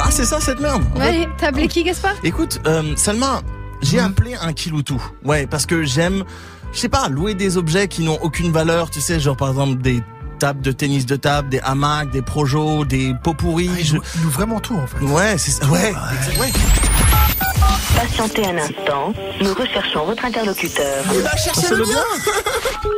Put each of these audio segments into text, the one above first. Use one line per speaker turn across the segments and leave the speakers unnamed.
Ah, c'est ça cette merde En fait,
Allez, t'as appelé qui, Gaspard
Écoute, euh, Salma, j'ai appelé un kiloutou. Ouais, parce que j'aime, je sais pas, louer des objets qui n'ont aucune valeur, tu sais, genre par exemple des tables de tennis de table, des hamacs, des projos, des pots pourris.
Ah, il,
je-
joue, il joue vraiment tout en fait.
Ouais, c'est ça. Ouais, exa- ouais.
Patientez un instant, nous recherchons votre interlocuteur.
Il va chercher le bah, bien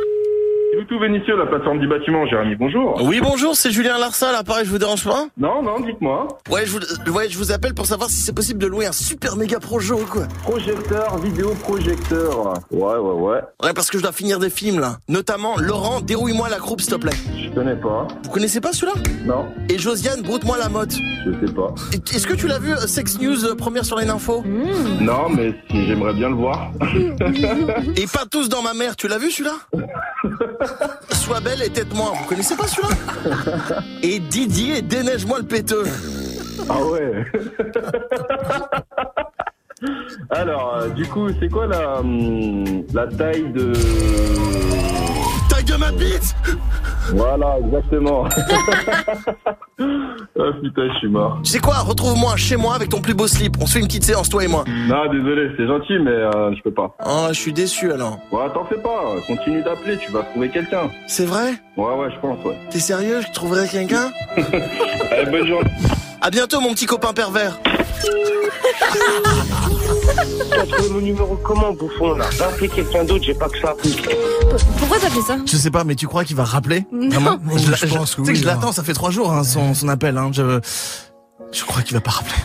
Tout Vénitieux, la plateforme du bâtiment, Jérémy, bonjour.
Oui, bonjour, c'est Julien Larsa, là, pareil, je vous dérange pas
Non, non, dites-moi.
Ouais, je vous, ouais, je vous appelle pour savoir si c'est possible de louer un super méga projo, quoi.
Projecteur, vidéo projecteur. Ouais, ouais, ouais.
Ouais, parce que je dois finir des films, là. Notamment, Laurent, dérouille-moi la croupe, s'il te plaît.
Je connais pas.
Vous connaissez pas celui-là
Non,
Et Josiane, broute-moi la motte.
je sais pas.
Est-ce que tu l'as vu, euh, Sex News, euh, première sur les infos
Non, mais si, j'aimerais bien le voir.
Et pas tous dans ma mère, tu l'as vu celui-là Sois belle et tête-moi, vous connaissez pas celui-là Et Didier, déneige-moi le péteux.
Ah ouais. Alors, euh, du coup, c'est quoi la, hum, la taille de...
Ta gueule ma bite
Voilà, exactement. ah putain, je suis mort.
Tu sais quoi, retrouve-moi chez moi avec ton plus beau slip, on se fait une petite séance, toi et moi.
Non, désolé, c'est gentil, mais euh, je peux pas.
Oh, je suis déçu alors.
Ouais, t'en fais pas, continue d'appeler, tu vas trouver quelqu'un.
C'est vrai
Ouais, ouais, je pense, ouais.
T'es sérieux, je trouverai quelqu'un
Allez, bonne journée.
À bientôt mon petit copain pervers.
T'as trouvé mon numéro comment, bouffon, là Va appeler quelqu'un d'autre, j'ai pas que ça.
Pourquoi t'as fait ça
Je sais pas, mais tu crois qu'il va rappeler
Non.
Vraiment
Oui,
l'a-
je pense que
tu sais
oui,
je
là.
l'attends, ça fait trois jours hein, son, son appel. Hein. Je, je crois qu'il va pas rappeler.